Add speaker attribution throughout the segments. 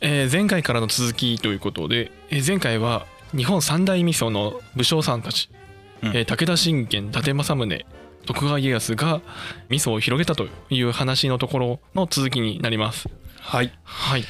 Speaker 1: えー前回からの続きということで、えー前回は日本三大味噌の武将さんたち、
Speaker 2: うん
Speaker 1: えー武田信玄伊達政宗徳川家康が味噌を広げたという話のところの続きになります。
Speaker 2: はい、
Speaker 1: はい、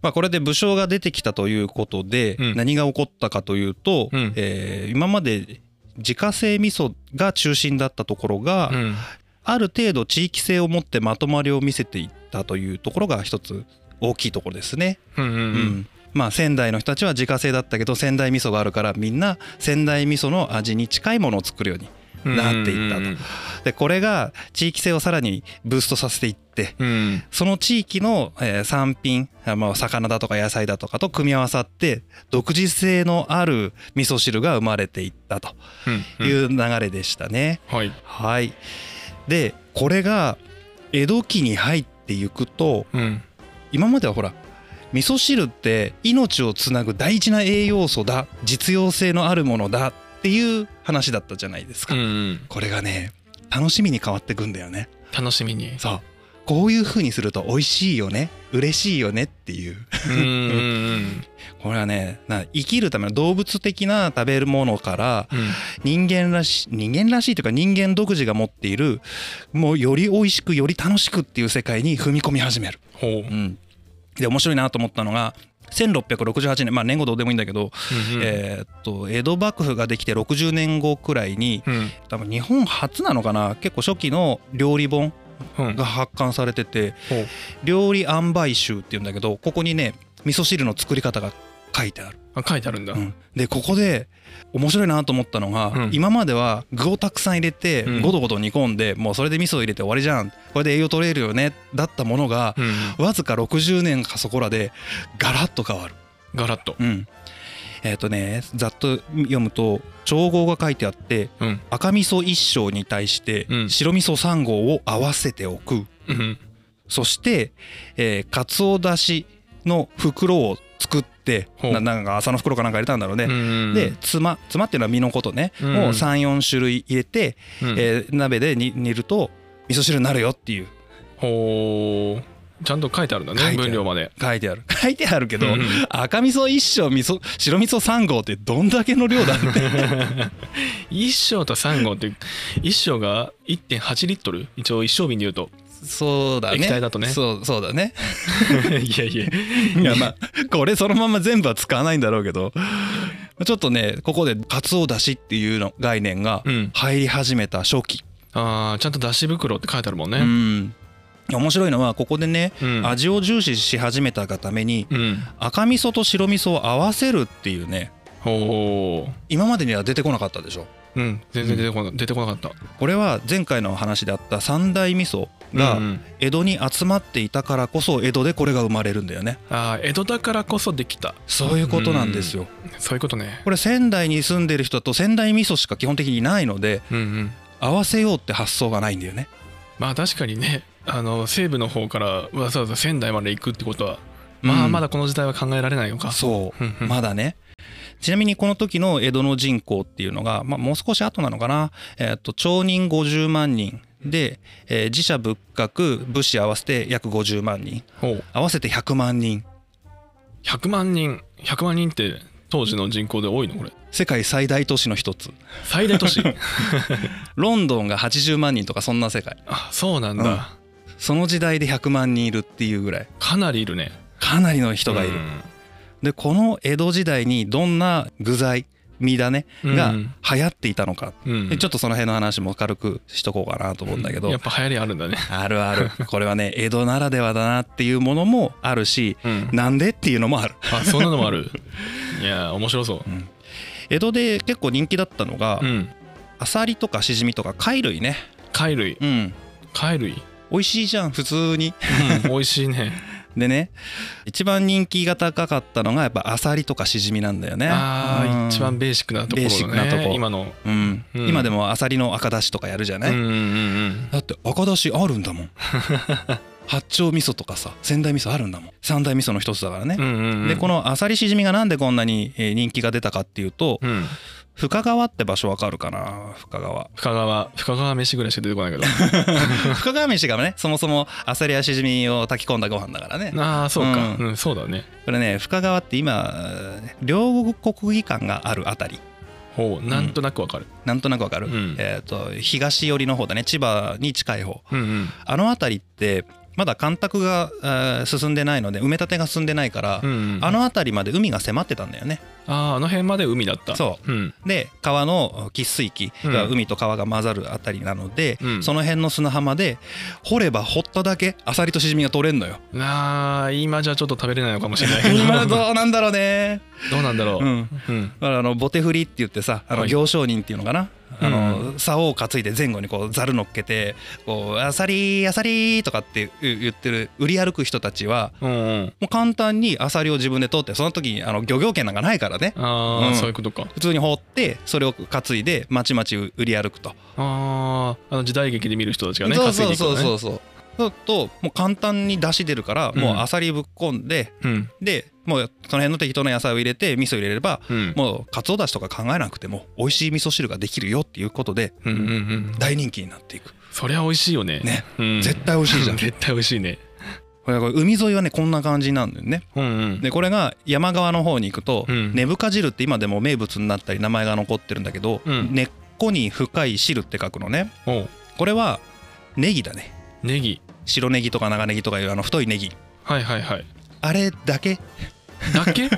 Speaker 2: まあ、これで武将が出てきたということで、
Speaker 1: うん
Speaker 2: 何が起こったかというと、
Speaker 1: うん
Speaker 2: えー今まで自家製味噌が中心だったところが、
Speaker 1: うん
Speaker 2: ある程度地域性を持ってまとまりを見せていったというところが一つ大きいところですね。
Speaker 1: うんうん
Speaker 2: うんまあ、仙台の人たちは自家製だったけど仙台味噌があるからみんな仙台味噌の味に近いものを作るように
Speaker 1: うん
Speaker 2: なっていったと
Speaker 1: うん
Speaker 2: でこれが地域性をさらにブーストさせていって
Speaker 1: うん
Speaker 2: その地域のえー産品あまあ魚だとか野菜だとかと組み合わさって独自性のある味噌汁が生まれていったと
Speaker 1: うんうん
Speaker 2: いう流れでしたね。
Speaker 1: はい、
Speaker 2: はいでこれが江戸期に入っていくと
Speaker 1: うん
Speaker 2: 今まではほら味噌汁って命をつなぐ大事な栄養素だ実用性のあるものだっていう話だったじゃないです
Speaker 1: う
Speaker 2: か。
Speaker 1: んうん、
Speaker 2: これがね楽しみに変わってくんだよね。
Speaker 1: 楽しみに。
Speaker 2: そうこういう風にすると美味しいよね嬉しいよねっていう
Speaker 1: うんうんうん
Speaker 2: これはねな生きるための動物的な食べるものから
Speaker 1: うん
Speaker 2: 人間らしい人間らしいというか人間独自が持っているもうより美味しくより楽しくっていう世界に踏み込み始める。
Speaker 1: ほう、うん
Speaker 2: うん、で面白いなと思ったのが1668年まあ年号どうでもいいんだけど、
Speaker 1: うん
Speaker 2: えーっと江戸幕府ができて60年後くらいに
Speaker 1: うん
Speaker 2: 多分日本初なのかな結構初期の料理本
Speaker 1: うん
Speaker 2: が発刊されてて
Speaker 1: ほう
Speaker 2: 料理塩梅集っていうんだけどここにね味噌汁の作り方が書いてある、
Speaker 1: あ書いてあるんだ。
Speaker 2: うんでここで面白いなと思ったのが、
Speaker 1: うん
Speaker 2: 今までは具をたくさん入れて
Speaker 1: うん
Speaker 2: ゴトゴト煮込んで、もうそれで味噌入れて終わりじゃんこれで栄養取れるよねだったものが、
Speaker 1: うん、
Speaker 2: わずか60年かそこらでガラッと変わる。
Speaker 1: ガラッと。
Speaker 2: うんえっ、とねざっと読むと調合が書いてあって
Speaker 1: うん
Speaker 2: 赤味噌1升に対して
Speaker 1: うん
Speaker 2: 白味噌3合を合わせておく、
Speaker 1: うん
Speaker 2: そして、えー、かつおだしの袋を作って
Speaker 1: ほう
Speaker 2: ななんか朝の袋かなんか入れたんだろうね、
Speaker 1: うん
Speaker 2: でつまつまっていうのは身のことね、
Speaker 1: うん
Speaker 2: を34種類入れて、
Speaker 1: うん
Speaker 2: えー鍋で煮煮ると味噌汁になるよっていう
Speaker 1: ほうちゃんと書いてあるんだ
Speaker 2: 書
Speaker 1: ね
Speaker 2: いてある
Speaker 1: 分量まで
Speaker 2: 書いてある 書いてあるけど、
Speaker 1: うん
Speaker 2: 赤味噌1升味噌白味噌3合ってどんだけの量だって
Speaker 1: 1升と3合って1升が1.8リットル一応一升瓶で言う と
Speaker 2: そうだね
Speaker 1: 液体だとね
Speaker 2: そうそうだね
Speaker 1: いやいや
Speaker 2: いやまあこれそのまま全部は使わないんだろうけどちょっとねここでかつおだしっていうの概念が
Speaker 1: うん
Speaker 2: 入り始めた初期、
Speaker 1: あーちゃんとだし袋って書いてあるもん
Speaker 2: う
Speaker 1: ね
Speaker 2: ん面白いのはここでね、
Speaker 1: うん
Speaker 2: 味を重視し始めたがために
Speaker 1: うん
Speaker 2: 赤味噌と白味噌を合わせるっていうね
Speaker 1: ほ
Speaker 2: 今までには出てこなかったでしょ
Speaker 1: ううん全然出てこな出てこなかった
Speaker 2: これは前回の話であった三大味噌が、
Speaker 1: うんうん
Speaker 2: 江戸に集まっていたからこそ江戸でこれが生まれるんだよね
Speaker 1: あー江戸だからこそできた
Speaker 2: そういうことなんですよ、
Speaker 1: そういうことね
Speaker 2: これ仙台に住んでる人だと仙台味噌しか基本的にいないので
Speaker 1: うんうん
Speaker 2: 合わせようって発想がないんだよね
Speaker 1: まあ確かにねあの西部の方からわざわざ仙台まで行くってことはまあ
Speaker 2: うん
Speaker 1: まだこの時代は考えられないのか
Speaker 2: そ
Speaker 1: うんう
Speaker 2: うんまだねちなみにこの時の江戸の人口っていうのが、まあ、もう少し後なのかな、えっと町人50万人で、えー寺社仏閣武士合わせて約50万人
Speaker 1: ほう
Speaker 2: 合わせて100万人
Speaker 1: 100万人100万人って当時の人口で多いのこれ
Speaker 2: 世界最大都市の一つ
Speaker 1: 最大都市
Speaker 2: ロンドンが80万人とかそんな世界
Speaker 1: あそうなんだ、
Speaker 2: その時代で100万人いるっていうぐらい
Speaker 1: かなりいるね
Speaker 2: かなりの人がいる、
Speaker 1: うん
Speaker 2: でこの江戸時代にどんな具材身だね
Speaker 1: うん
Speaker 2: が流行っていたのか、
Speaker 1: うん
Speaker 2: でちょっとその辺の話も軽くしとこうかなと思うんだけど、
Speaker 1: やっぱ流行りあるんだね
Speaker 2: あるあるこれはね江 戸ならではだなっていうものもあるし、
Speaker 1: うん
Speaker 2: なんでっていうのもある
Speaker 1: あそんなのもあるいや面白そう
Speaker 2: 江戸で結構人気だったのが、
Speaker 1: うん
Speaker 2: アサリとかシジミとか貝類ね
Speaker 1: 貝類
Speaker 2: うん
Speaker 1: 貝類、
Speaker 2: 美味しいじゃん普通に
Speaker 1: うん、美味しいね
Speaker 2: でね一番人気が高かったのがやっぱアサリとかシジミなんだよね
Speaker 1: あ
Speaker 2: うん
Speaker 1: ー一番ベーシックなところ
Speaker 2: ベーシック
Speaker 1: だ
Speaker 2: なと
Speaker 1: ね
Speaker 2: こ
Speaker 1: 今の
Speaker 2: うん、
Speaker 1: うん
Speaker 2: 今でもアサリの赤だしとかやるじゃ
Speaker 1: う
Speaker 2: なんい、
Speaker 1: うんうん
Speaker 2: だって赤だしあるんだもん 八丁味噌とかさ仙台味噌あるんだもん三大味噌の一つだからね
Speaker 1: うんう、んうんうん
Speaker 2: でこ
Speaker 1: の
Speaker 2: のアサリシジミがなんでこんなにえー人気が出たかっていうと、
Speaker 1: うん
Speaker 2: 深川って場所わかるかな深川
Speaker 1: 深川深川飯ぐらいしか出てこないけど
Speaker 2: 深川飯がねそもそもアサリやシジミを炊き込んだご飯だからね
Speaker 1: ああそうか、
Speaker 2: う
Speaker 1: うん、そうだね
Speaker 2: これね深川って今両国技館があるあたり
Speaker 1: ほうなんとなくわかる、
Speaker 2: なんとなくわかる、
Speaker 1: うん
Speaker 2: えー、と東寄りの方だね千葉に近い方
Speaker 1: うん、うん
Speaker 2: あの辺りってまだ干拓がえー進んでないので埋め立てが進んでないから、
Speaker 1: うんうん
Speaker 2: あの辺りまで海が迫ってたんだよね
Speaker 1: あーあの辺まで海だった、
Speaker 2: そう
Speaker 1: うん、
Speaker 2: で川の喫水域
Speaker 1: うん
Speaker 2: が海と川が混ざる辺りなので、
Speaker 1: うん
Speaker 2: その辺の砂浜で掘れば掘っただけアサリとシジミが取れんのよ
Speaker 1: あー今じゃちょっと食べれないのかもし れないけど
Speaker 2: 今 どうなんだろうね
Speaker 1: どうなんだろう、
Speaker 2: う
Speaker 1: うん
Speaker 2: んだからあのボテ振りって言ってさあの
Speaker 1: はい
Speaker 2: 行商人っていうのかな、あ
Speaker 1: う
Speaker 2: の竿を担いで前後にこうざる乗っけてこう「アサリアサリ」とかって言言ってる売り歩く人たちは
Speaker 1: うんうん
Speaker 2: もう簡単にアサリを自分で取ってその時にあの漁業権なんかないからね
Speaker 1: ああ、
Speaker 2: うん
Speaker 1: そういうことか
Speaker 2: 普通に掘ってそれを担いでまちまち売り歩くと、
Speaker 1: あああの時代劇で見る人たちがね
Speaker 2: そう
Speaker 1: 担い
Speaker 2: そ
Speaker 1: で
Speaker 2: う
Speaker 1: いくの
Speaker 2: そう
Speaker 1: ね
Speaker 2: そうそうそうともう簡単に出汁出るからもうアサリぶっこんで、
Speaker 1: うん
Speaker 2: でもうその辺の適当な野菜を入れて味噌入れれば
Speaker 1: うん
Speaker 2: もうかつおだしとか考えなくても美味しい味噌汁ができるよっていうことで
Speaker 1: うんうんうん
Speaker 2: 大人気になっていく、
Speaker 1: そりゃ美味しいよね
Speaker 2: ね、
Speaker 1: うん、
Speaker 2: 絶対美味しいじゃんこ
Speaker 1: 絶対美味しいね
Speaker 2: れこれ海沿いはねこんな感じなんだよね
Speaker 1: うんうん
Speaker 2: でこれが山側の方に行くと、
Speaker 1: うん
Speaker 2: 根深汁って今でも名物になったり名前が残ってるんだけど、
Speaker 1: うん
Speaker 2: 根っこに深い汁って書くのね
Speaker 1: おう
Speaker 2: これはネギだね
Speaker 1: ネギ
Speaker 2: 白ネギとか長ネギとかいうあの太いネギ
Speaker 1: はいはい はい
Speaker 2: あれだけ
Speaker 1: だけ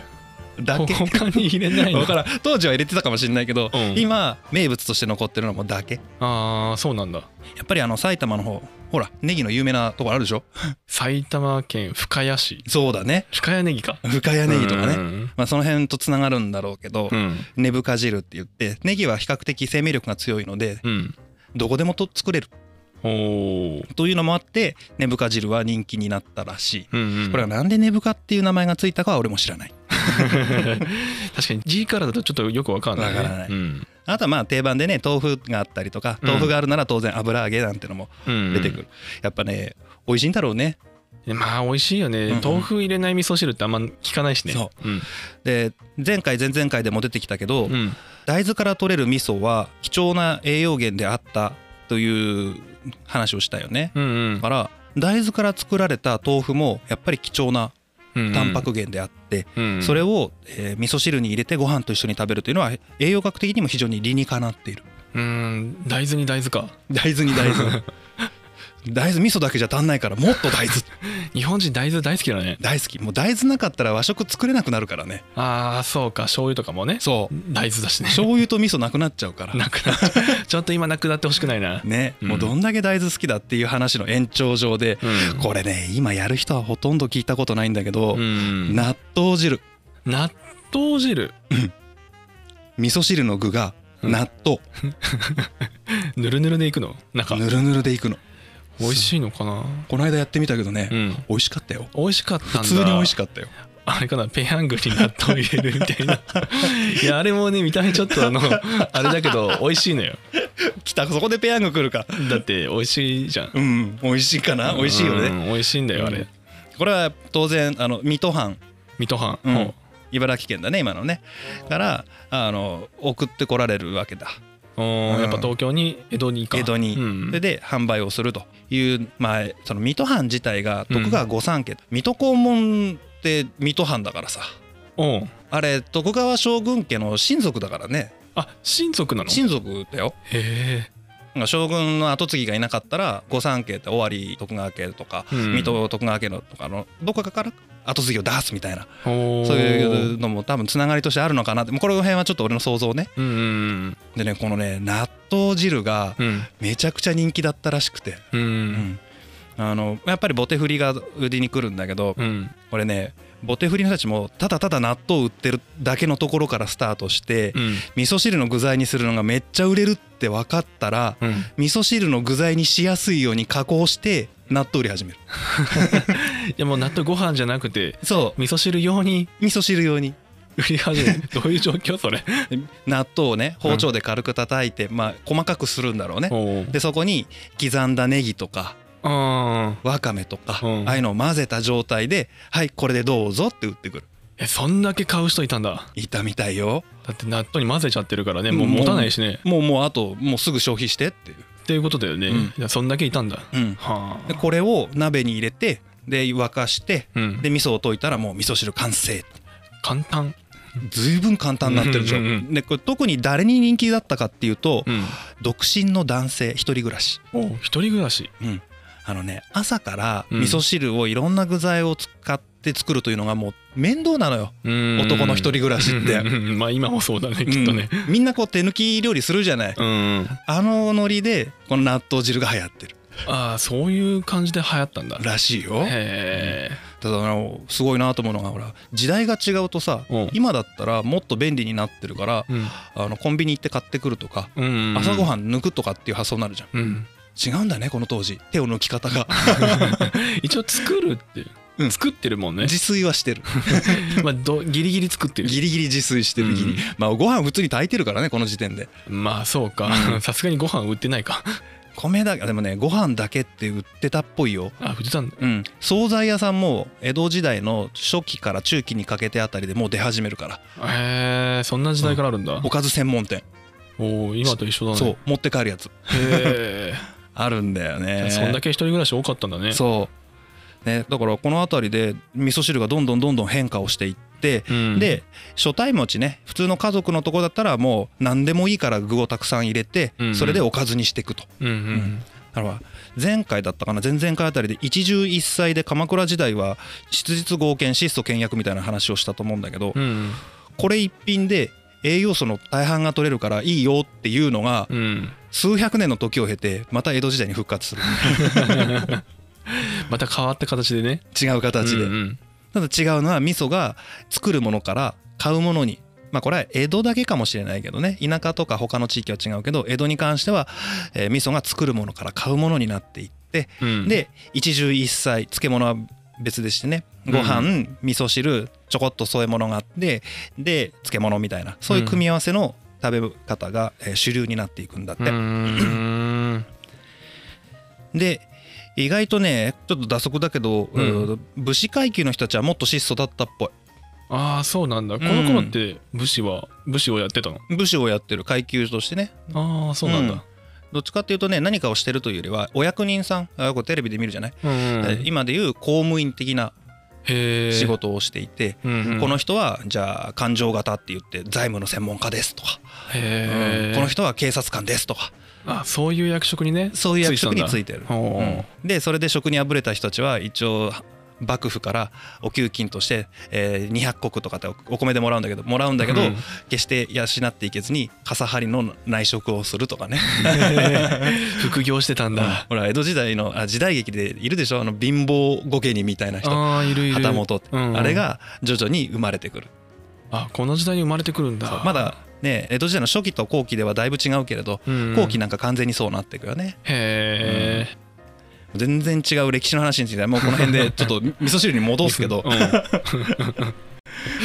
Speaker 2: だけ
Speaker 1: 他に入れないの
Speaker 2: だからん当時は入れてたかもしれないけど、
Speaker 1: うん
Speaker 2: 今名物として残ってるのもだけ
Speaker 1: ああそうなんだ
Speaker 2: やっぱりあの埼玉の方ほらネギの有名なとこあるでしょ
Speaker 1: 埼玉県深谷市
Speaker 2: そうだね
Speaker 1: 深谷ネギか
Speaker 2: 深谷ネギとか
Speaker 1: う
Speaker 2: ね、
Speaker 1: ん
Speaker 2: まあ、その辺とつながるんだろうけど、
Speaker 1: うん
Speaker 2: 根深汁って言ってネギは比較的生命力が強いので
Speaker 1: うん
Speaker 2: どこでもと作れる
Speaker 1: おお
Speaker 2: というのもあって根深汁は人気になったらしい、
Speaker 1: うんうん
Speaker 2: これはなんで根深っていう名前がついたかは俺も知らない
Speaker 1: 確かに G からだとちょっとよくわかんないね
Speaker 2: わからない
Speaker 1: うん
Speaker 2: あとはまあ定番でね豆腐があったりとか
Speaker 1: うん
Speaker 2: 豆腐があるなら当然油揚げなんてのも
Speaker 1: うん
Speaker 2: 出てくる、やっぱね美味しいんだろうね
Speaker 1: まあ美味しいよ
Speaker 2: うんう
Speaker 1: ね
Speaker 2: ん
Speaker 1: 豆腐入れない味噌汁ってあんま聞かないしね、
Speaker 2: そう
Speaker 1: ん
Speaker 2: で前回前々回でも出てきたけど、
Speaker 1: うん、
Speaker 2: 大豆から取れる味噌は貴重な栄養源であったという話をしたよね、
Speaker 1: うんう
Speaker 2: だ
Speaker 1: ん
Speaker 2: から大豆から作られた豆腐もやっぱり貴重な
Speaker 1: うん
Speaker 2: タンパク源であって、
Speaker 1: うん
Speaker 2: それを、えー味噌汁に入れてご飯と一緒に食べるというのは栄養学的にも非常に理にかなっている
Speaker 1: うん大豆に大豆か
Speaker 2: 大豆に大 豆大豆味噌だけじゃ足んないからもっと大豆
Speaker 1: 日本人大豆大好きだね
Speaker 2: 大好きもう大豆なかったら和食作れなくなるからね
Speaker 1: ああそうか醤油とかもね
Speaker 2: そう
Speaker 1: 大豆だしね
Speaker 2: 醤油と味噌なくなっちゃうから
Speaker 1: なくなっちゃ うちょっと今なくなってほしくないな、
Speaker 2: ね、
Speaker 1: うん
Speaker 2: もうどんだけ大豆好きだっていう話の延長上で、
Speaker 1: うん
Speaker 2: これね今やる人はほとんど聞いたことないんだけど、
Speaker 1: うん、
Speaker 2: 納豆汁
Speaker 1: 納豆汁
Speaker 2: 味噌汁の具が
Speaker 1: うん
Speaker 2: 納豆、
Speaker 1: ぬるぬるでいくのなんか
Speaker 2: ぬるぬるでいくの
Speaker 1: 美味しいのかな
Speaker 2: この間やってみたけどね、
Speaker 1: うん
Speaker 2: 美味しかったよ
Speaker 1: 美味しかったんだ
Speaker 2: 普通に美味しかったよ
Speaker 1: あれかなペヤングに納豆入れるみた いないやあれもね見た目ちょっとあのあれだけど美味しいのよ
Speaker 2: 来たそこでペヤング来るか
Speaker 1: だって美味しいじゃん
Speaker 2: うん美味しいかな美味しいよ
Speaker 1: う
Speaker 2: ね
Speaker 1: ん美味しいんだよあ
Speaker 2: う
Speaker 1: れ
Speaker 2: んこれは当然あの水戸藩
Speaker 1: 水戸藩
Speaker 2: うん
Speaker 1: ほ
Speaker 2: 茨城県だね今のねからあの送ってこられるわけだ
Speaker 1: ううんやっぱ東京に江戸にか
Speaker 2: 江戸に、
Speaker 1: うん
Speaker 2: それで販売をするという、まあ、その水戸藩自体が徳川御三家、水戸黄門って水戸藩だからさ
Speaker 1: おう
Speaker 2: あれ徳川将軍家の親族だからね
Speaker 1: あ親族なのへ
Speaker 2: 親族だよ
Speaker 1: え
Speaker 2: 将軍の跡継ぎがいなかったら御三家って尾張徳川家とか、
Speaker 1: うん
Speaker 2: 水戸徳川家のとかのどこかから跡継ぎを出すみたいな
Speaker 1: おー
Speaker 2: そういうのも多分つながりとしてあるのかなってもうこの辺はちょっと俺の想像ね
Speaker 1: うんうん
Speaker 2: でねこのね納豆汁が
Speaker 1: うん
Speaker 2: めちゃくちゃ人気だったらしくて
Speaker 1: うんう
Speaker 2: うんんあのやっぱりボテフリが売りに来るんだけど、
Speaker 1: うん
Speaker 2: これねボテフリの人たちもただただ納豆を売ってるだけのところからスタートして、
Speaker 1: うん
Speaker 2: 味噌汁の具材にするのがめっちゃ売れるって分かったら、
Speaker 1: うん
Speaker 2: 味噌汁の具材にしやすいように加工して納豆売り始める
Speaker 1: いやもう納豆ご飯じゃなくて
Speaker 2: そ
Speaker 1: 味噌汁用に
Speaker 2: う味噌汁用に
Speaker 1: 売り始めるどういう状況それ
Speaker 2: 納豆をね包丁で軽く叩いて、まあ細かくするんだろうね
Speaker 1: おう
Speaker 2: でそこに刻んだネギとか
Speaker 1: あ
Speaker 2: わかめとか、
Speaker 1: うん
Speaker 2: ああいうのを混ぜた状態ではいこれでどうぞって売ってくる
Speaker 1: ーえそんだけ買う人いたんだ
Speaker 2: いたみたいよ
Speaker 1: だって納豆に混ぜちゃってるからねもう持たないしね
Speaker 2: もうもうあともうすぐ消費してっていう、
Speaker 1: っていうことだよね、
Speaker 2: うん
Speaker 1: いやそんだけいたんだ
Speaker 2: うん、
Speaker 1: は
Speaker 2: で
Speaker 1: あ
Speaker 2: これを鍋に入れてで沸かして
Speaker 1: うん
Speaker 2: で味噌を溶いたらもう味噌汁完成
Speaker 1: 簡単
Speaker 2: ずいぶん簡単になってるでしょ、
Speaker 1: うんうんうん
Speaker 2: でこれ特に誰に人気だったかっていうと、
Speaker 1: うん
Speaker 2: 独身の男性一人暮らし、
Speaker 1: 一人暮らし
Speaker 2: うん、あのね朝から
Speaker 1: うん
Speaker 2: 味噌汁をいろんな具材を使って作るというのがもう面倒なのよ、男
Speaker 1: 男
Speaker 2: の一人暮らしって
Speaker 1: まあ今もそうだねきっとね
Speaker 2: うんみんなこう手抜き料理するじゃない、
Speaker 1: うん、
Speaker 2: あのノリでこの納豆汁が流行ってる
Speaker 1: ああそういう感じで流行ったんだ
Speaker 2: らしいよ
Speaker 1: へえ
Speaker 2: ただあのすごいなと思うのがほら時代が違うとさ
Speaker 1: うん
Speaker 2: 今だったらもっと便利になってるから
Speaker 1: うん
Speaker 2: あのコンビニ行って買ってくるとか
Speaker 1: うん
Speaker 2: 朝ごはん抜くとかっていう発想になるじゃん
Speaker 1: うん
Speaker 2: 違うんだねこの当時手を抜き方 が
Speaker 1: 一応作るって、
Speaker 2: うん
Speaker 1: 作ってるもんね、
Speaker 2: 自炊はしてる
Speaker 1: まあ、どギリギリ作ってる
Speaker 2: ギリギリ自炊してるギリ
Speaker 1: うん
Speaker 2: まあご飯普通に炊いてるからねこの時点で
Speaker 1: まあそうか
Speaker 2: うん
Speaker 1: さすがにご飯売ってないか
Speaker 2: 米だけでもねご飯だけって売ってたっぽいよ
Speaker 1: あ売ってたんだ
Speaker 2: うん、惣菜屋さんも江戸時代の初期から中期にかけてあたりでもう出始めるから
Speaker 1: へえそんな時代からあるんだ、
Speaker 2: おかず専門店
Speaker 1: おお今と一緒だね
Speaker 2: そう持って帰るやつ
Speaker 1: へ
Speaker 2: あるんだよ
Speaker 1: え
Speaker 2: ね
Speaker 1: そんだけ一人暮らし多かったんだね
Speaker 2: そう、ね、だからこの辺りで味噌汁がどんどんどんどん変化をしていって、
Speaker 1: うん
Speaker 2: で初対持ちね普通の家族のとこだったらもう何でもいいから具をたくさん入れて
Speaker 1: うんうん
Speaker 2: それでおかずにしていくと。
Speaker 1: うんうん
Speaker 2: んだから前回だったかな前々回あたりで一汁一菜で鎌倉時代は質実合憲質素倹約みたいな話をしたと思うんだけど
Speaker 1: うん
Speaker 2: これ一品で栄養素の大半が取れるからいいよっていうのが
Speaker 1: うん
Speaker 2: 数百年の時を経てまた江戸時代に復活する
Speaker 1: また変わった形でね
Speaker 2: 違う形で
Speaker 1: うんうん
Speaker 2: ただ違うのは味噌が作るものから買うものにまあこれは江戸だけかもしれないけどね田舎とか他の地域は違うけど江戸に関してはえー味噌が作るものから買うものになっていって
Speaker 1: うん、
Speaker 2: で一汁一菜漬物は別でしてねご飯、
Speaker 1: う
Speaker 2: 味噌汁ちょこっと添え物があってで漬物みたいなそういう組み合わせの食べ方がえー主流になっていくんだっ
Speaker 1: う
Speaker 2: て、
Speaker 1: ーん
Speaker 2: で意外とねちょっと打足だけど、
Speaker 1: うん
Speaker 2: うん武士階級の人たちはもっと質素だったっぽい
Speaker 1: ああそうなんだこの頃って武士は武士をやってたの
Speaker 2: 武士をやってる階級としてね
Speaker 1: ああそうなんだ
Speaker 2: どっちかっていうとね何かをしてるというよりはお役人さんあよくテレビで見るじゃない、
Speaker 1: うんうん
Speaker 2: えー今でいう公務員的な
Speaker 1: へえ
Speaker 2: 仕事をしていて、
Speaker 1: うんうん
Speaker 2: この人はじゃあ勘定型って言って財務の専門家ですとか、
Speaker 1: へ
Speaker 2: う
Speaker 1: え
Speaker 2: んこの人は警察官ですとか
Speaker 1: あそういう役職にね
Speaker 2: そういう役職につい
Speaker 1: て
Speaker 2: てる
Speaker 1: たんだほ
Speaker 2: うんでそれで職にあぶれた人たちは一応幕府からお給金として、えー200石とかってお米でもらうんだけどもらうんだけど、
Speaker 1: うん
Speaker 2: 決して養っていけずに傘張りの内職をする とかね
Speaker 1: 副業してたんだ
Speaker 2: ほら江戸時代のあ時代劇でいるでしょあの貧乏御家人みたいな人
Speaker 1: ああいるいる
Speaker 2: 旗本って、
Speaker 1: うんうん
Speaker 2: あれが徐々に生まれてくる
Speaker 1: あこの時代に生まれてくるんだ
Speaker 2: まだね江戸時代の初期と後期ではだいぶ違うけれど、
Speaker 1: うん
Speaker 2: 後期なんか完全にそうなっていくよね
Speaker 1: へえ
Speaker 2: 全然違う歴史の話についてはもうこの 辺でちょっと味噌汁に戻すけど
Speaker 1: うん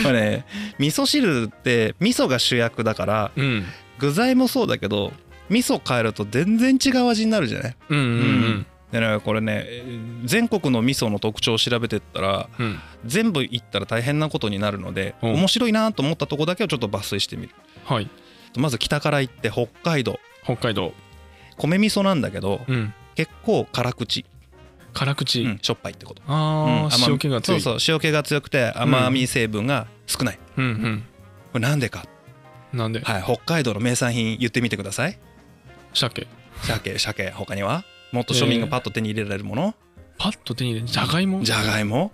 Speaker 2: まあね味噌汁って味噌が主役だから
Speaker 1: うん
Speaker 2: 具材もそうだけど味噌変えると全然違う味になるじゃない
Speaker 1: うんうん
Speaker 2: でねこれねえー全国の味噌の特徴を調べてったら
Speaker 1: うんうん
Speaker 2: 全部言ったら大変なことになるので
Speaker 1: うん
Speaker 2: 面白いなと思ったとこだけをちょっと抜粋してみる
Speaker 1: はい
Speaker 2: まず北から行って北海道
Speaker 1: 北海道
Speaker 2: 米味噌なんだけど
Speaker 1: うん
Speaker 2: 結構辛口、
Speaker 1: 辛口、
Speaker 2: うんしょっぱいってこと
Speaker 1: あ
Speaker 2: うん
Speaker 1: あ、
Speaker 2: 甘み
Speaker 1: 塩気が強い
Speaker 2: そうそう塩気が強くて甘み成分が少ない、
Speaker 1: うん
Speaker 2: これなんでか、
Speaker 1: うんなんで
Speaker 2: はい、北海道の名産品言ってみてください
Speaker 1: 鮭
Speaker 2: 鮭鮭他にはもっと庶民がパッと手に入れられるもの、
Speaker 1: パッと手に入れじゃがいも
Speaker 2: じゃがいも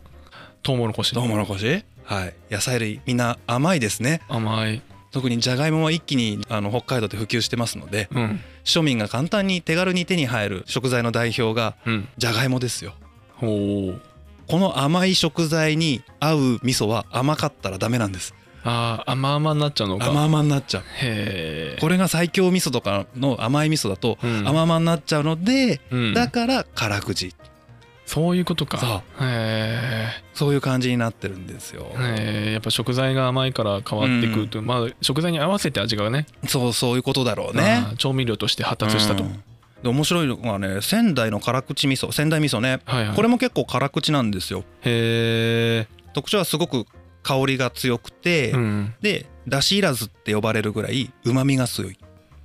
Speaker 1: トウモロコシ
Speaker 2: トウモロコシはい野菜類みんな甘いですね
Speaker 1: 甘い
Speaker 2: 特にじゃがいもは一気にあの北海道で普及してますので
Speaker 1: うん
Speaker 2: 庶民が簡単に手軽に手に入る食材の代表が
Speaker 1: うん
Speaker 2: じゃがいもですよ
Speaker 1: おお
Speaker 2: この甘い食材に合う味噌は甘かったらダメなんです
Speaker 1: あー甘々になっちゃうのか
Speaker 2: 甘々になっちゃう
Speaker 1: へえ
Speaker 2: これが最強味噌とかの甘い味噌だと
Speaker 1: うん
Speaker 2: 甘々になっちゃうので、
Speaker 1: うん
Speaker 2: だから辛口
Speaker 1: そういうことか
Speaker 2: そう
Speaker 1: へ
Speaker 2: そういう感じになってるんですよ、
Speaker 1: えへえやっぱ食材が甘いから変わってくると、まあ食材に合わせて味がね
Speaker 2: そうそういうことだろうね
Speaker 1: あー調味料として発達したと、
Speaker 2: うんで面白いのがね仙台の辛口味噌仙台味噌ね
Speaker 1: はいはい
Speaker 2: これも結構辛口なんですよ
Speaker 1: へ
Speaker 2: 特徴はすごく香りが強くて、
Speaker 1: えうん
Speaker 2: で出汁いらずって呼ばれるぐらいうまみが強い、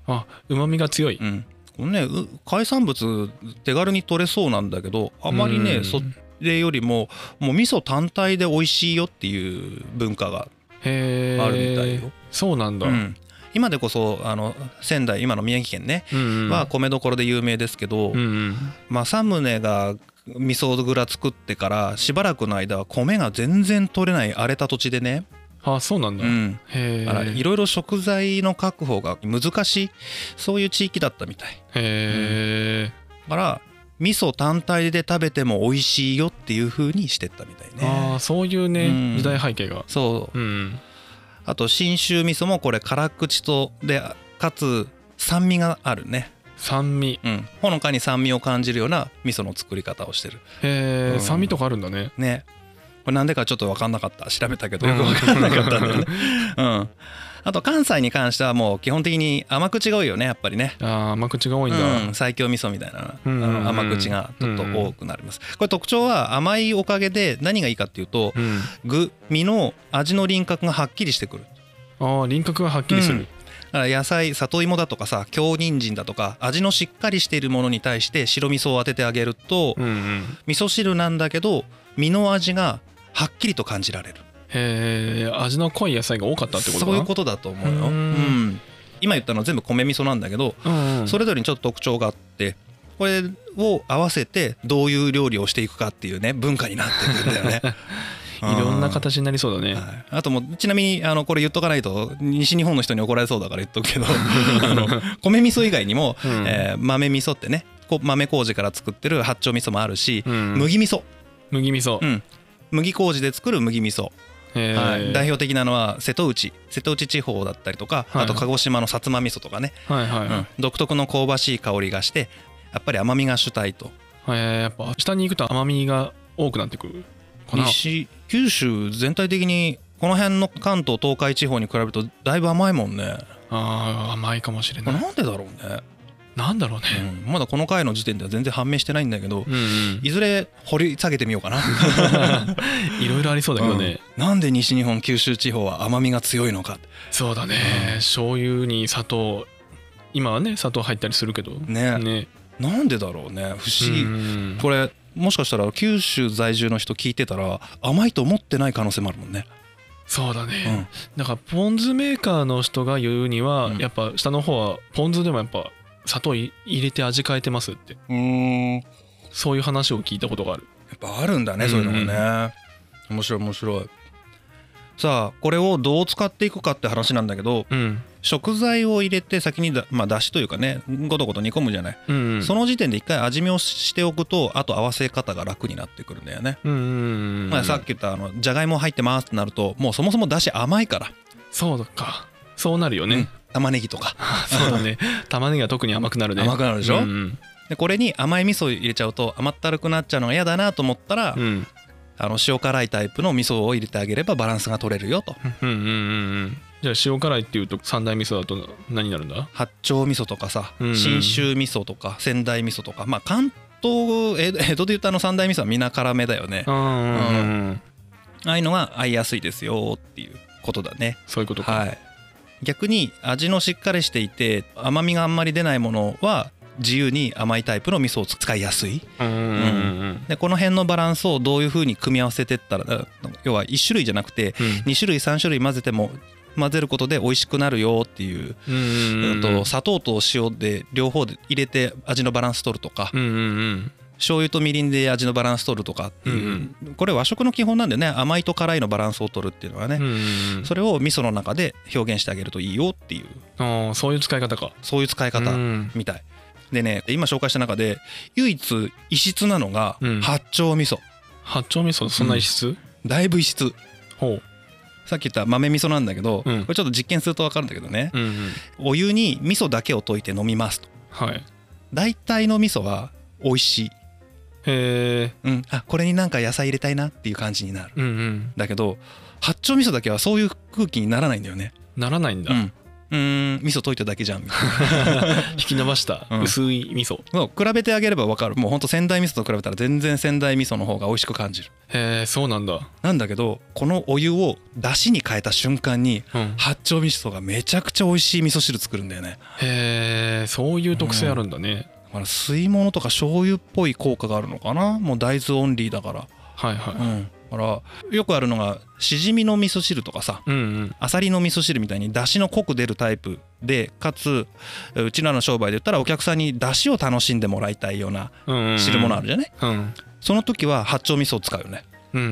Speaker 1: あうまみが強い
Speaker 2: うん、このねう海産物手軽に取れそうなんだけどあまり
Speaker 1: う
Speaker 2: ね
Speaker 1: ん
Speaker 2: それよりももう味噌単体で美味しいよっていう文化が
Speaker 1: へえ
Speaker 2: あるみたいよ
Speaker 1: そうなんだ、
Speaker 2: う
Speaker 1: うん
Speaker 2: ん、今でこそあの仙台今の宮城県ね、
Speaker 1: うん
Speaker 2: は米どころで有名ですけど、
Speaker 1: うんうん、
Speaker 2: 政宗が味噌蔵作ってからしばらくの間は米が全然取れない荒れた土地でね、
Speaker 1: あそうなんだ、
Speaker 2: う
Speaker 1: へ
Speaker 2: ん、
Speaker 1: え
Speaker 2: だからいろいろ食材の確保が難しいそういう地域だったみたい
Speaker 1: へえ、
Speaker 2: だから味噌単体で食べても美味しいよっていう風にしてったみたい
Speaker 1: あ
Speaker 2: ね
Speaker 1: あそういうね、
Speaker 2: うん
Speaker 1: 時代背景が
Speaker 2: そう
Speaker 1: うん
Speaker 2: あと信州味噌もこれ辛口とでかつ酸味があるね
Speaker 1: 酸味
Speaker 2: うん、ほのかに酸味を感じるような味噌の作り方をしてる
Speaker 1: へえ、
Speaker 2: うん
Speaker 1: 酸味とかあるんだね
Speaker 2: ねこれなんでかちょっと分かんなかった調べたけどよく分かんなかったんだよね、うん、あと関西に関してはもう基本的に甘口が多いよねやっぱりね
Speaker 1: あー甘口が多いんだ、
Speaker 2: うん、最強味噌みたいな、
Speaker 1: うんうんうん
Speaker 2: あの甘口がちょっと多くなります、これ特徴は甘いおかげで何がいいかっていうと
Speaker 1: うん
Speaker 2: 具身の味の輪郭がはっきりしてくる
Speaker 1: ああ輪郭がはっきりする、
Speaker 2: だから野菜里芋だとかさ京人参だとか味のしっかりしているものに対して白味噌を当ててあげると、
Speaker 1: うん、うん
Speaker 2: 味噌汁なんだけど身の味がはっきりと感じられる
Speaker 1: へえ味の濃い野菜が多かったってことか
Speaker 2: そう
Speaker 1: な
Speaker 2: いうことだと思うよ、
Speaker 1: う
Speaker 2: うんん、今言ったのは全部米味噌なんだけど、
Speaker 1: と、うんうん、
Speaker 2: それぞれにちょっと特徴があってこれを合わせてどういう料理をしていくかっていうね文化になってくるんだよ ね
Speaker 1: いろんな
Speaker 2: 方
Speaker 1: 形になりそうだね、
Speaker 2: あともうちなみにあのこれ言っとかないと西日本の人に怒られそうだから言っと くけどあの米味噌以外にも、
Speaker 1: うん
Speaker 2: えー豆味噌ってねこ豆麹から作ってる八丁味噌もあるし、
Speaker 1: うん
Speaker 2: 麦味噌
Speaker 1: 麦味噌、
Speaker 2: うん、麦麹で作る麦味噌、
Speaker 1: へえ
Speaker 2: はい、代表的なのは瀬戸内瀬戸内地方だったりとか、
Speaker 1: はい
Speaker 2: あと鹿児島の薩摩味噌とかね、
Speaker 1: はいはいはい、
Speaker 2: うん独特の香ばしい香りがしてやっぱり甘みが主体と
Speaker 1: えー、やっぱ下に行くと甘みが多くなってくるかな
Speaker 2: 西九州全体的にこの辺の関東東海地方に比べるとだいぶ甘いもんね
Speaker 1: あー甘いかもしれ
Speaker 2: これ
Speaker 1: ない
Speaker 2: なんでだろうね、
Speaker 1: なんだろう
Speaker 2: う
Speaker 1: ね
Speaker 2: んまだこの回の時点では全然判明してないんだけど
Speaker 1: うん、うん、
Speaker 2: いずれ掘り下げてみようかな
Speaker 1: いろいろありそうだけどね、
Speaker 2: うんなんで西日本九州地方は甘みが強いのか
Speaker 1: そうだね、醤油に砂糖今はね砂糖入ったりするけど
Speaker 2: ねなんでだろうね不思議、
Speaker 1: うん
Speaker 2: これもしかしたら九州在住の人聞いてたら甘いと思ってない可能性もあるもんね、
Speaker 1: そうだ
Speaker 2: う
Speaker 1: ね、
Speaker 2: ん、
Speaker 1: だからポン酢メーカーの人が言うには、
Speaker 2: うん
Speaker 1: やっぱ下の方はポン酢でもやっぱ砂糖い入れて味変えてますって
Speaker 2: うんや
Speaker 1: そういう話を聞いたことがある
Speaker 2: っぱあるんだねそういうのも
Speaker 1: うん
Speaker 2: ね面白い面白いさあこれをどう使っていくかって話なんだけど
Speaker 1: うん
Speaker 2: 食材を入れて先にだまあだしというかねごとごと煮込むじゃない、
Speaker 1: うんうん
Speaker 2: その時点で一回味見をしておくとあと合わせ方が楽になってくるんだよね、
Speaker 1: うんうんうん
Speaker 2: まあ、さっき言ったあのじゃがいも入ってますってなるともうそもそもだし甘いから、
Speaker 1: そうかそうなるよ
Speaker 2: うん
Speaker 1: ね、
Speaker 2: 玉ねぎとか
Speaker 1: そうだね 玉ねぎが特に甘くなるね
Speaker 2: 甘くなるでしょ
Speaker 1: うんうん
Speaker 2: でこれに甘い味噌を入れちゃうと甘ったるくなっちゃうのが嫌だなと思ったら、
Speaker 1: うん
Speaker 2: あの塩辛いタイプの味噌を入れてあげればバランスが取れるよと
Speaker 1: うんうんうんうんじゃあ塩辛いっていうと三大味噌だと何になるんだ
Speaker 2: 八丁味噌とかさ
Speaker 1: うんうん
Speaker 2: 信州味噌とか仙台味噌とかまあ関東江戸江戸で言ったあの三大味噌はみんな辛めだよね
Speaker 1: うんうんうんうん
Speaker 2: ああいうのが合いやすいですよっていうことだね
Speaker 1: そういうことか、
Speaker 2: はい逆に味のしっかりしていて甘みがあんまり出ないものは自由に甘いタイプの味噌を使いやすい
Speaker 1: うんうんうん
Speaker 2: でこの辺のバランスをどういうふうに組み合わせてったらあ要は1種類じゃなくて
Speaker 1: うん
Speaker 2: 2種類3種類混ぜても混ぜることで美味しくなるよっていう、
Speaker 1: うんうんうん
Speaker 2: あと砂糖と塩で両方で入れて味のバランス取るとか、
Speaker 1: うんうん
Speaker 2: 醤油とみりんで味のバランス取るとかっていう、これ和食の基本なんだよね甘いと辛いのバランスを取るっていうのは
Speaker 1: うんうんう
Speaker 2: ね、
Speaker 1: ん
Speaker 2: それを味噌の中で表現してあげるといいよっていう
Speaker 1: あーそういう使い方か
Speaker 2: そういう使い
Speaker 1: うん
Speaker 2: 方みたい、でね今紹介した中で唯一異質なのが
Speaker 1: うん
Speaker 2: 八丁味噌、
Speaker 1: 八丁味噌そんな異質、
Speaker 2: だいぶ異質
Speaker 1: ほう
Speaker 2: さっき言った豆味噌なんだけど、
Speaker 1: うん
Speaker 2: これちょっと実験すると分かるんだけどね、
Speaker 1: うんうん
Speaker 2: お湯に味噌だけを溶いて飲みますと
Speaker 1: はい
Speaker 2: 大体の味噌は美味しい、
Speaker 1: へえ
Speaker 2: うん、あこれになんか野菜入れたいなっていう感じになる
Speaker 1: うんうん
Speaker 2: だけど八丁味噌だけはそういう空気にならないんだよね、
Speaker 1: ならないんだ、
Speaker 2: うん、うーん味噌溶いただけ じゃんみたいな
Speaker 1: 引き伸ばした
Speaker 2: うん
Speaker 1: 薄い味噌、
Speaker 2: そう比べてあげれば分かるもうほんと仙台味噌と比べたら全然仙台味噌の方が美味しく感じる
Speaker 1: へえそうなんだ、
Speaker 2: なんだけどこのお湯を出汁に変えた瞬間に
Speaker 1: うん、
Speaker 2: 八丁味噌がめちゃくちゃ美味しい味噌汁作るんだよね
Speaker 1: へえそういう特性あるんだね、
Speaker 2: だから吸い物とか醤油っぽい効果があるのかなもう大豆オンリーだから
Speaker 1: はいは
Speaker 2: う
Speaker 1: い
Speaker 2: んだからよくあるのがしじみの味噌汁とかさ
Speaker 1: うんうん
Speaker 2: アサリの味噌汁みたいに出汁の濃く出るタイプでかつうちらの商売で言ったらお客さんに出汁を楽しんでもらいたいような
Speaker 1: うんうんうん
Speaker 2: 汁物あるじゃね
Speaker 1: うん
Speaker 2: その時は八丁味噌を使うよね
Speaker 1: うんう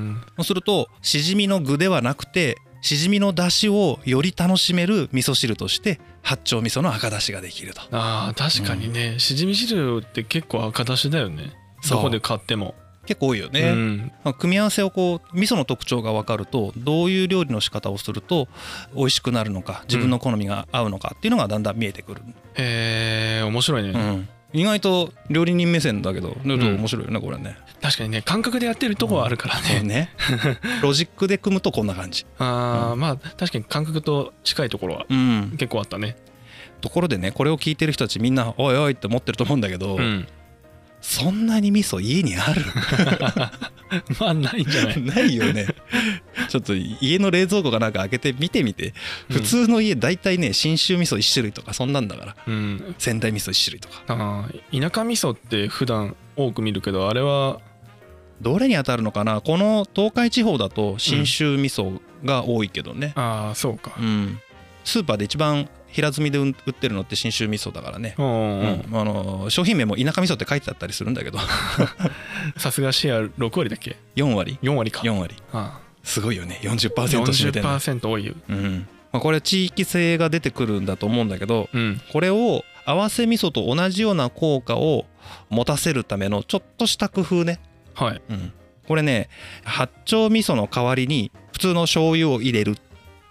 Speaker 1: ん
Speaker 2: そうするとしじみの具ではなくてしじみの出汁をより楽しめる味噌汁として八丁味噌の赤出汁ができると
Speaker 1: あー確かにね、しじみ汁って結構赤だしだよね
Speaker 2: そう
Speaker 1: どこで買っても、
Speaker 2: 結構多いよね、
Speaker 1: うん、
Speaker 2: まあ組み合わせをこう味噌の特徴が分かるとどういう料理の仕方をすると美味しくなるのか自分の好みが合うのかっていうのがだんだん見えてくる、
Speaker 1: へえ面白いね、
Speaker 2: うん意外と料理人目線だけどちょっと面白いよねこれね。
Speaker 1: 確かにね感覚でやってるとこはあるから
Speaker 2: そう
Speaker 1: ね、
Speaker 2: ね ロジックで組むとこんな感じ。
Speaker 1: あーまあ確かに感覚と近いところは
Speaker 2: うん、
Speaker 1: 結構あったね
Speaker 2: ところでねこれを聞いてる人たちみんなおいおいって思ってると思うんだけど、
Speaker 1: うん
Speaker 2: そんなに味噌家にある
Speaker 1: まあないんじゃない
Speaker 2: ないよね。ちょっと家の冷蔵庫かなんか開けて見てみて
Speaker 1: うん
Speaker 2: 普通の家大体ね信州味噌1種類とかそんなんだから
Speaker 1: うん
Speaker 2: 仙台味噌1種類とか
Speaker 1: あー田舎味噌って普段多く見るけどあれは
Speaker 2: どれに当たるのかなこの東海地方だと信州味噌が多いけどね、
Speaker 1: ああそうか
Speaker 2: うん、スーパーで一番平積みで売ってるのって信州味噌だからね、
Speaker 1: うん
Speaker 2: う
Speaker 1: うん
Speaker 2: んあの商品名も田舎味噌って書いてあったりするんだけど
Speaker 1: さすがシェア6割だっけ
Speaker 2: 4割
Speaker 1: 4割か
Speaker 2: 4割
Speaker 1: あ
Speaker 2: すごいよね
Speaker 1: あ
Speaker 2: 40%占めてる、ね
Speaker 1: 40%多いよ
Speaker 2: うんまあ、これ地域性が出てくるんだと思うんだけど
Speaker 1: うん
Speaker 2: これを合わせ味噌と同じような効果を持たせるためのちょっとした工夫ね、
Speaker 1: はい
Speaker 2: うん、これね八丁味噌の代わりに普通の醤油を入れる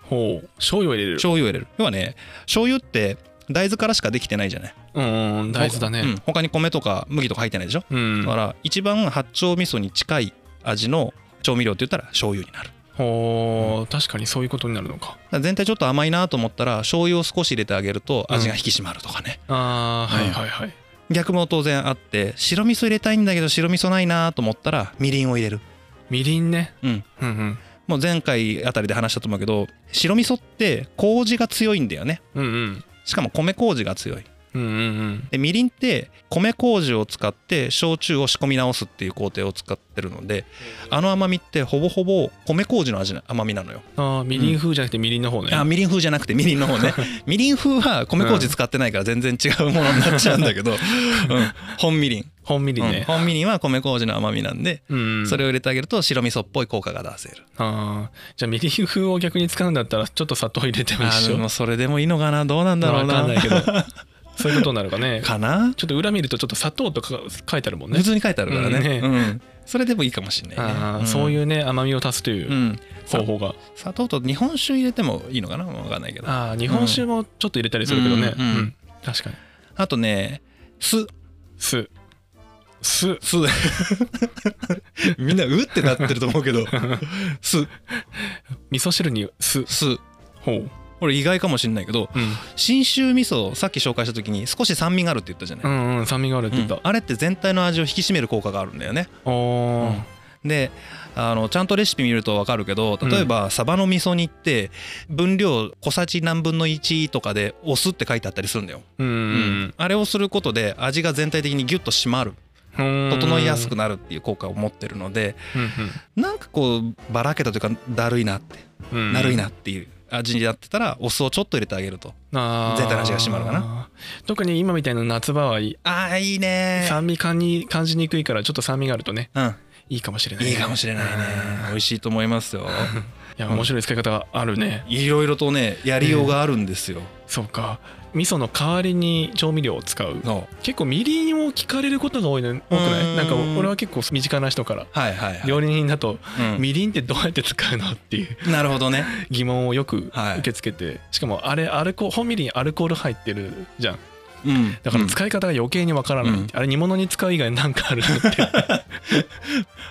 Speaker 1: ほう醤油を入れる
Speaker 2: 醤油を入れる要はね醤油って大豆からしかできてないじゃない
Speaker 1: うんうん大豆だ
Speaker 2: う
Speaker 1: ね
Speaker 2: ん、他に米とか麦とか入ってないでしょ、
Speaker 1: うん
Speaker 2: だから一番八丁味噌に近い味の調味料って言ったら醤油になるだか
Speaker 1: ほう確かにそういうことになるのから
Speaker 2: 全体ちょっと甘いなと思ったら醤油を少し入れてあげると味が引き締まるとかね、
Speaker 1: ああはいはいはい
Speaker 2: 逆も当然あって白味噌入れたいんだけど白味噌ないなと思ったらみりんを入れる
Speaker 1: みりんね
Speaker 2: うん
Speaker 1: うん
Speaker 2: もう前回あたりで話したと思うけど白味噌って麹が強いんだよね
Speaker 1: うんうん
Speaker 2: しかも米麹が強い
Speaker 1: うんうんうん
Speaker 2: でみりんって米麹を使って焼酎を仕込み直すっていう工程を使ってるのであの甘みってほぼほぼ米麹の味な甘みなのよ、
Speaker 1: うんああみりん風じゃなくてみりんの方ね
Speaker 2: あみりん風じゃなくてみりんの 方ねみりん風は米麹使ってないから全然違うものになっちゃうんだ けど、うん、本みりん、
Speaker 1: 本みりん
Speaker 2: うん
Speaker 1: ね
Speaker 2: 本みりんは米麹の甘みなんで、
Speaker 1: うん
Speaker 2: それを入れてあげると白味噌っぽい効果が出せる
Speaker 1: ああじゃあみりん風を逆に使うんだったらちょっと砂糖入れても
Speaker 2: あ
Speaker 1: 一
Speaker 2: で
Speaker 1: 緒
Speaker 2: もそれでもいいのかなどうなんだろ
Speaker 1: わ
Speaker 2: うな
Speaker 1: かんないけ どそういうことになるかね
Speaker 2: かな
Speaker 1: ちょっと裏見るとちょっと砂糖とか書いてあるもんね
Speaker 2: 普通に書いてあるからね,、
Speaker 1: うん
Speaker 2: うんそれでもいいかもしれないね
Speaker 1: ああ、
Speaker 2: ん
Speaker 1: そういうね甘みを足すといううん方法が、
Speaker 2: 砂糖と日本酒入れてもいいのかなわかんないけど
Speaker 1: ああ日本酒もちょっと入れたりするけどね、
Speaker 2: うんうんうん
Speaker 1: 確かに
Speaker 2: あとね酢
Speaker 1: 酢酢
Speaker 2: 酢 みんなうってなってると思うけど酢
Speaker 1: 味噌汁に酢
Speaker 2: 酢
Speaker 1: ほう
Speaker 2: これ意外かもしれないけど
Speaker 1: うん
Speaker 2: 信州味噌さっき紹介した時に少し酸味があるって言ったじゃな
Speaker 1: う
Speaker 2: い、
Speaker 1: んうん酸味があるって言っ
Speaker 2: うん
Speaker 1: た、
Speaker 2: あれって全体の味を引き締める効果があるんだよね
Speaker 1: あー
Speaker 2: であのちゃんとレシピ見ると分かるけど例えばサバの味噌煮って分量小さじ何分の1とかでお酢って書いてあったりするんだよ、
Speaker 1: うんうん
Speaker 2: あれをすることで味が全体的にギュッと締まる
Speaker 1: うん
Speaker 2: 整いやすくなるっていう効果を持ってるので
Speaker 1: うん
Speaker 2: なんかこうばらけたというかだるいなって
Speaker 1: うんうん
Speaker 2: だるいなっていう味になってたらお酢をちょっと入れてあげると
Speaker 1: あー
Speaker 2: 全体の味が締まるかな
Speaker 1: 特に今みたいな夏場は
Speaker 2: あーいいね
Speaker 1: 酸味感に感じにくいからちょっと酸味があるとね
Speaker 2: うん
Speaker 1: いいかもしれないね
Speaker 2: いいかもしれないね 美味しいと思います よ
Speaker 1: いや面白い使い方あるね
Speaker 2: いろいろとねやりようがあるんですよ、
Speaker 1: そうか味噌の代わりに調味料を使う
Speaker 2: そう
Speaker 1: 結構みりんを聞かれることが多いの多くな
Speaker 2: う
Speaker 1: い
Speaker 2: ん
Speaker 1: なんか俺は結構身近な人から
Speaker 2: はいはいはい、
Speaker 1: 料理人だと
Speaker 2: うん
Speaker 1: みりんってどうやって使うのっていう
Speaker 2: なるほどね
Speaker 1: 疑問をよく
Speaker 2: はい
Speaker 1: 受け付けてしかもあれアルコ本みりんアルコール入ってるじゃん
Speaker 2: うん
Speaker 1: だから
Speaker 2: うん
Speaker 1: 使い方が余計にわからない、
Speaker 2: うん
Speaker 1: あれ煮物に使う以外なんかあるのっ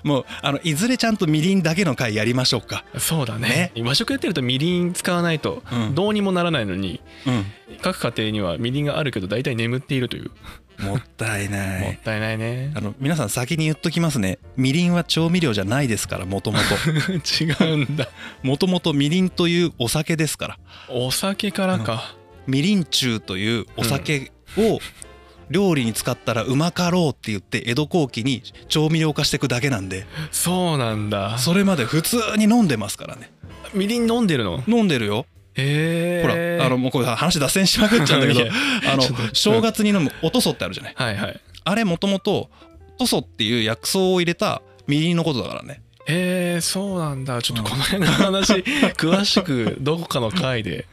Speaker 2: もうあのいずれちゃんとみりんだけの回やりましょうか、
Speaker 1: てそうだね和食やってるとみりん使わないと
Speaker 2: うん
Speaker 1: どうにもならないのに
Speaker 2: うん、
Speaker 1: 各家庭にはみりんがあるけど大体眠っているという
Speaker 2: もったいな
Speaker 1: もっ
Speaker 2: い
Speaker 1: たいないね
Speaker 2: あの皆さん先に言っときますねみりんは調味料じゃないですからもとも と
Speaker 1: 違うんだ
Speaker 2: もともとみりんというお酒ですから
Speaker 1: お酒からか
Speaker 2: みりん中というお酒を料理に使ったらうまかろうって言って江戸後期に調味料化していくだけなんで
Speaker 1: そうなんだ
Speaker 2: それまで普通に飲んでますからね
Speaker 1: みりん飲んでるの
Speaker 2: 飲んでるよ
Speaker 1: へえ
Speaker 2: ほらあのもうこれ話脱線しまくっちゃうん だけ
Speaker 1: い
Speaker 2: ど
Speaker 1: や
Speaker 2: あの
Speaker 1: ちょっとうん
Speaker 2: 正月に飲むおとそってあるじゃない
Speaker 1: はいはい
Speaker 2: あれもともとトソっていう薬草を入れたみりんのことだからね
Speaker 1: へえそうなんだちょっとこの辺の 話詳しくどこかの回で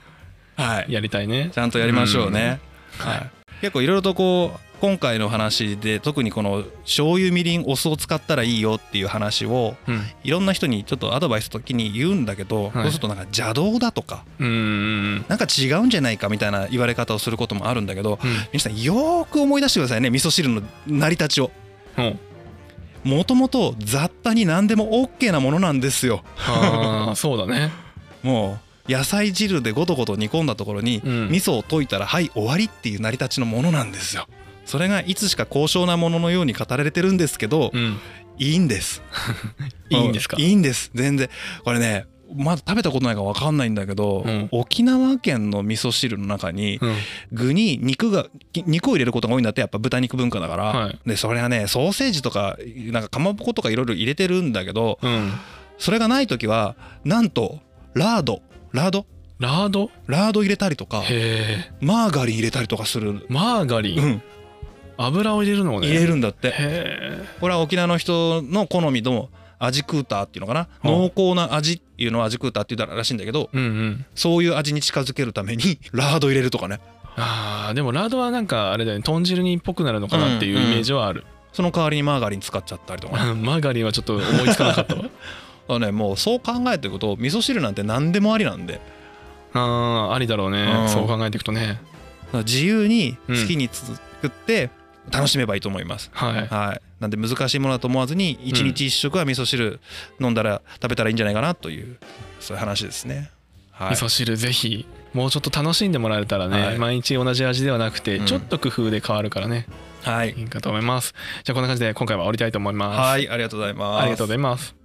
Speaker 2: はい
Speaker 1: やりたいね
Speaker 2: ちゃんとやりましょうね、
Speaker 1: うん
Speaker 2: は
Speaker 1: はい
Speaker 2: い、結構いろいろとこう今回の話で特にこの醤油みりんお酢を使ったらいいよっていう話を
Speaker 1: うん
Speaker 2: いろんな人にちょっとアドバイスの時に言うんだけど、そうするとなんか邪道だとか
Speaker 1: うんうん
Speaker 2: なんか違うんじゃないかみたいな言われ方をすることもあるんだけど
Speaker 1: うん
Speaker 2: 皆さんよーく思い出してくださいね味噌汁の成り立ちを
Speaker 1: うんうん
Speaker 2: もともと雑多に何でも OK なものなんですよ
Speaker 1: ああそうだね
Speaker 2: もう野菜汁でごとごと煮込んだところに
Speaker 1: うん
Speaker 2: 味噌を溶いたらはい終わりっていう成り立ちのものなんですよそれがいつしか高尚なもののように語られてるんですけど
Speaker 1: うん
Speaker 2: いいんです
Speaker 1: いいんですか
Speaker 2: ういいんです全然これねまだ食べたことないから分かんないんだけど、
Speaker 1: うん
Speaker 2: 沖縄県の味噌汁の中に
Speaker 1: うん
Speaker 2: 具に肉がき肉を入れることが多いんだってやっぱ豚肉文化だから、
Speaker 1: はい
Speaker 2: でそれはねソーセージとかなんかかまぼことかいろいろ入れてるんだけど
Speaker 1: うん
Speaker 2: それがない時はなんとラードラード
Speaker 1: ラード
Speaker 2: ラード入れたりとか
Speaker 1: へえ
Speaker 2: マーガリン入れたりとかする、
Speaker 1: マーガリ
Speaker 2: う
Speaker 1: ン
Speaker 2: ん、
Speaker 1: 油を入れるのね
Speaker 2: 入れるんだっ
Speaker 1: へ
Speaker 2: て
Speaker 1: え
Speaker 2: これは沖縄の人の好みの味クーターっていうのかな
Speaker 1: うん
Speaker 2: 濃厚な味っていうのを味クーターって言うらしいんだけど
Speaker 1: うんうん
Speaker 2: そういう味に近づけるために ラード入れるとかね
Speaker 1: あーでもラードはなんかあれだよね豚汁にっぽくなるのかなっていうイメージはある、
Speaker 2: その代わりにマーガリン使っちゃったりとかね
Speaker 1: マーガリンはちょっと思いつかなかった わ
Speaker 2: だからねもうそう考えていくと味噌汁なんて何でもありなんでだか
Speaker 1: あーありだろうね、
Speaker 2: うん
Speaker 1: そう考えていくとね
Speaker 2: ら自由に好きに作って楽しめばいいと思います、
Speaker 1: はい
Speaker 2: はい、なんで難しいものだと思わずに一日一食は味噌汁飲んだら食べたらいいんじゃないかなというそういう話ですね。はい
Speaker 1: 味、噌汁ぜひもうちょっと楽しんでもらえたらね、
Speaker 2: はい
Speaker 1: 毎日同じ味ではなくて
Speaker 2: うん
Speaker 1: ちょっと工夫で変わるからね、
Speaker 2: はい
Speaker 1: いいかと思いますじゃあこんな感じで今回は終わりたいと思います、
Speaker 2: はい、ありがとうございます。
Speaker 1: ありがとうございます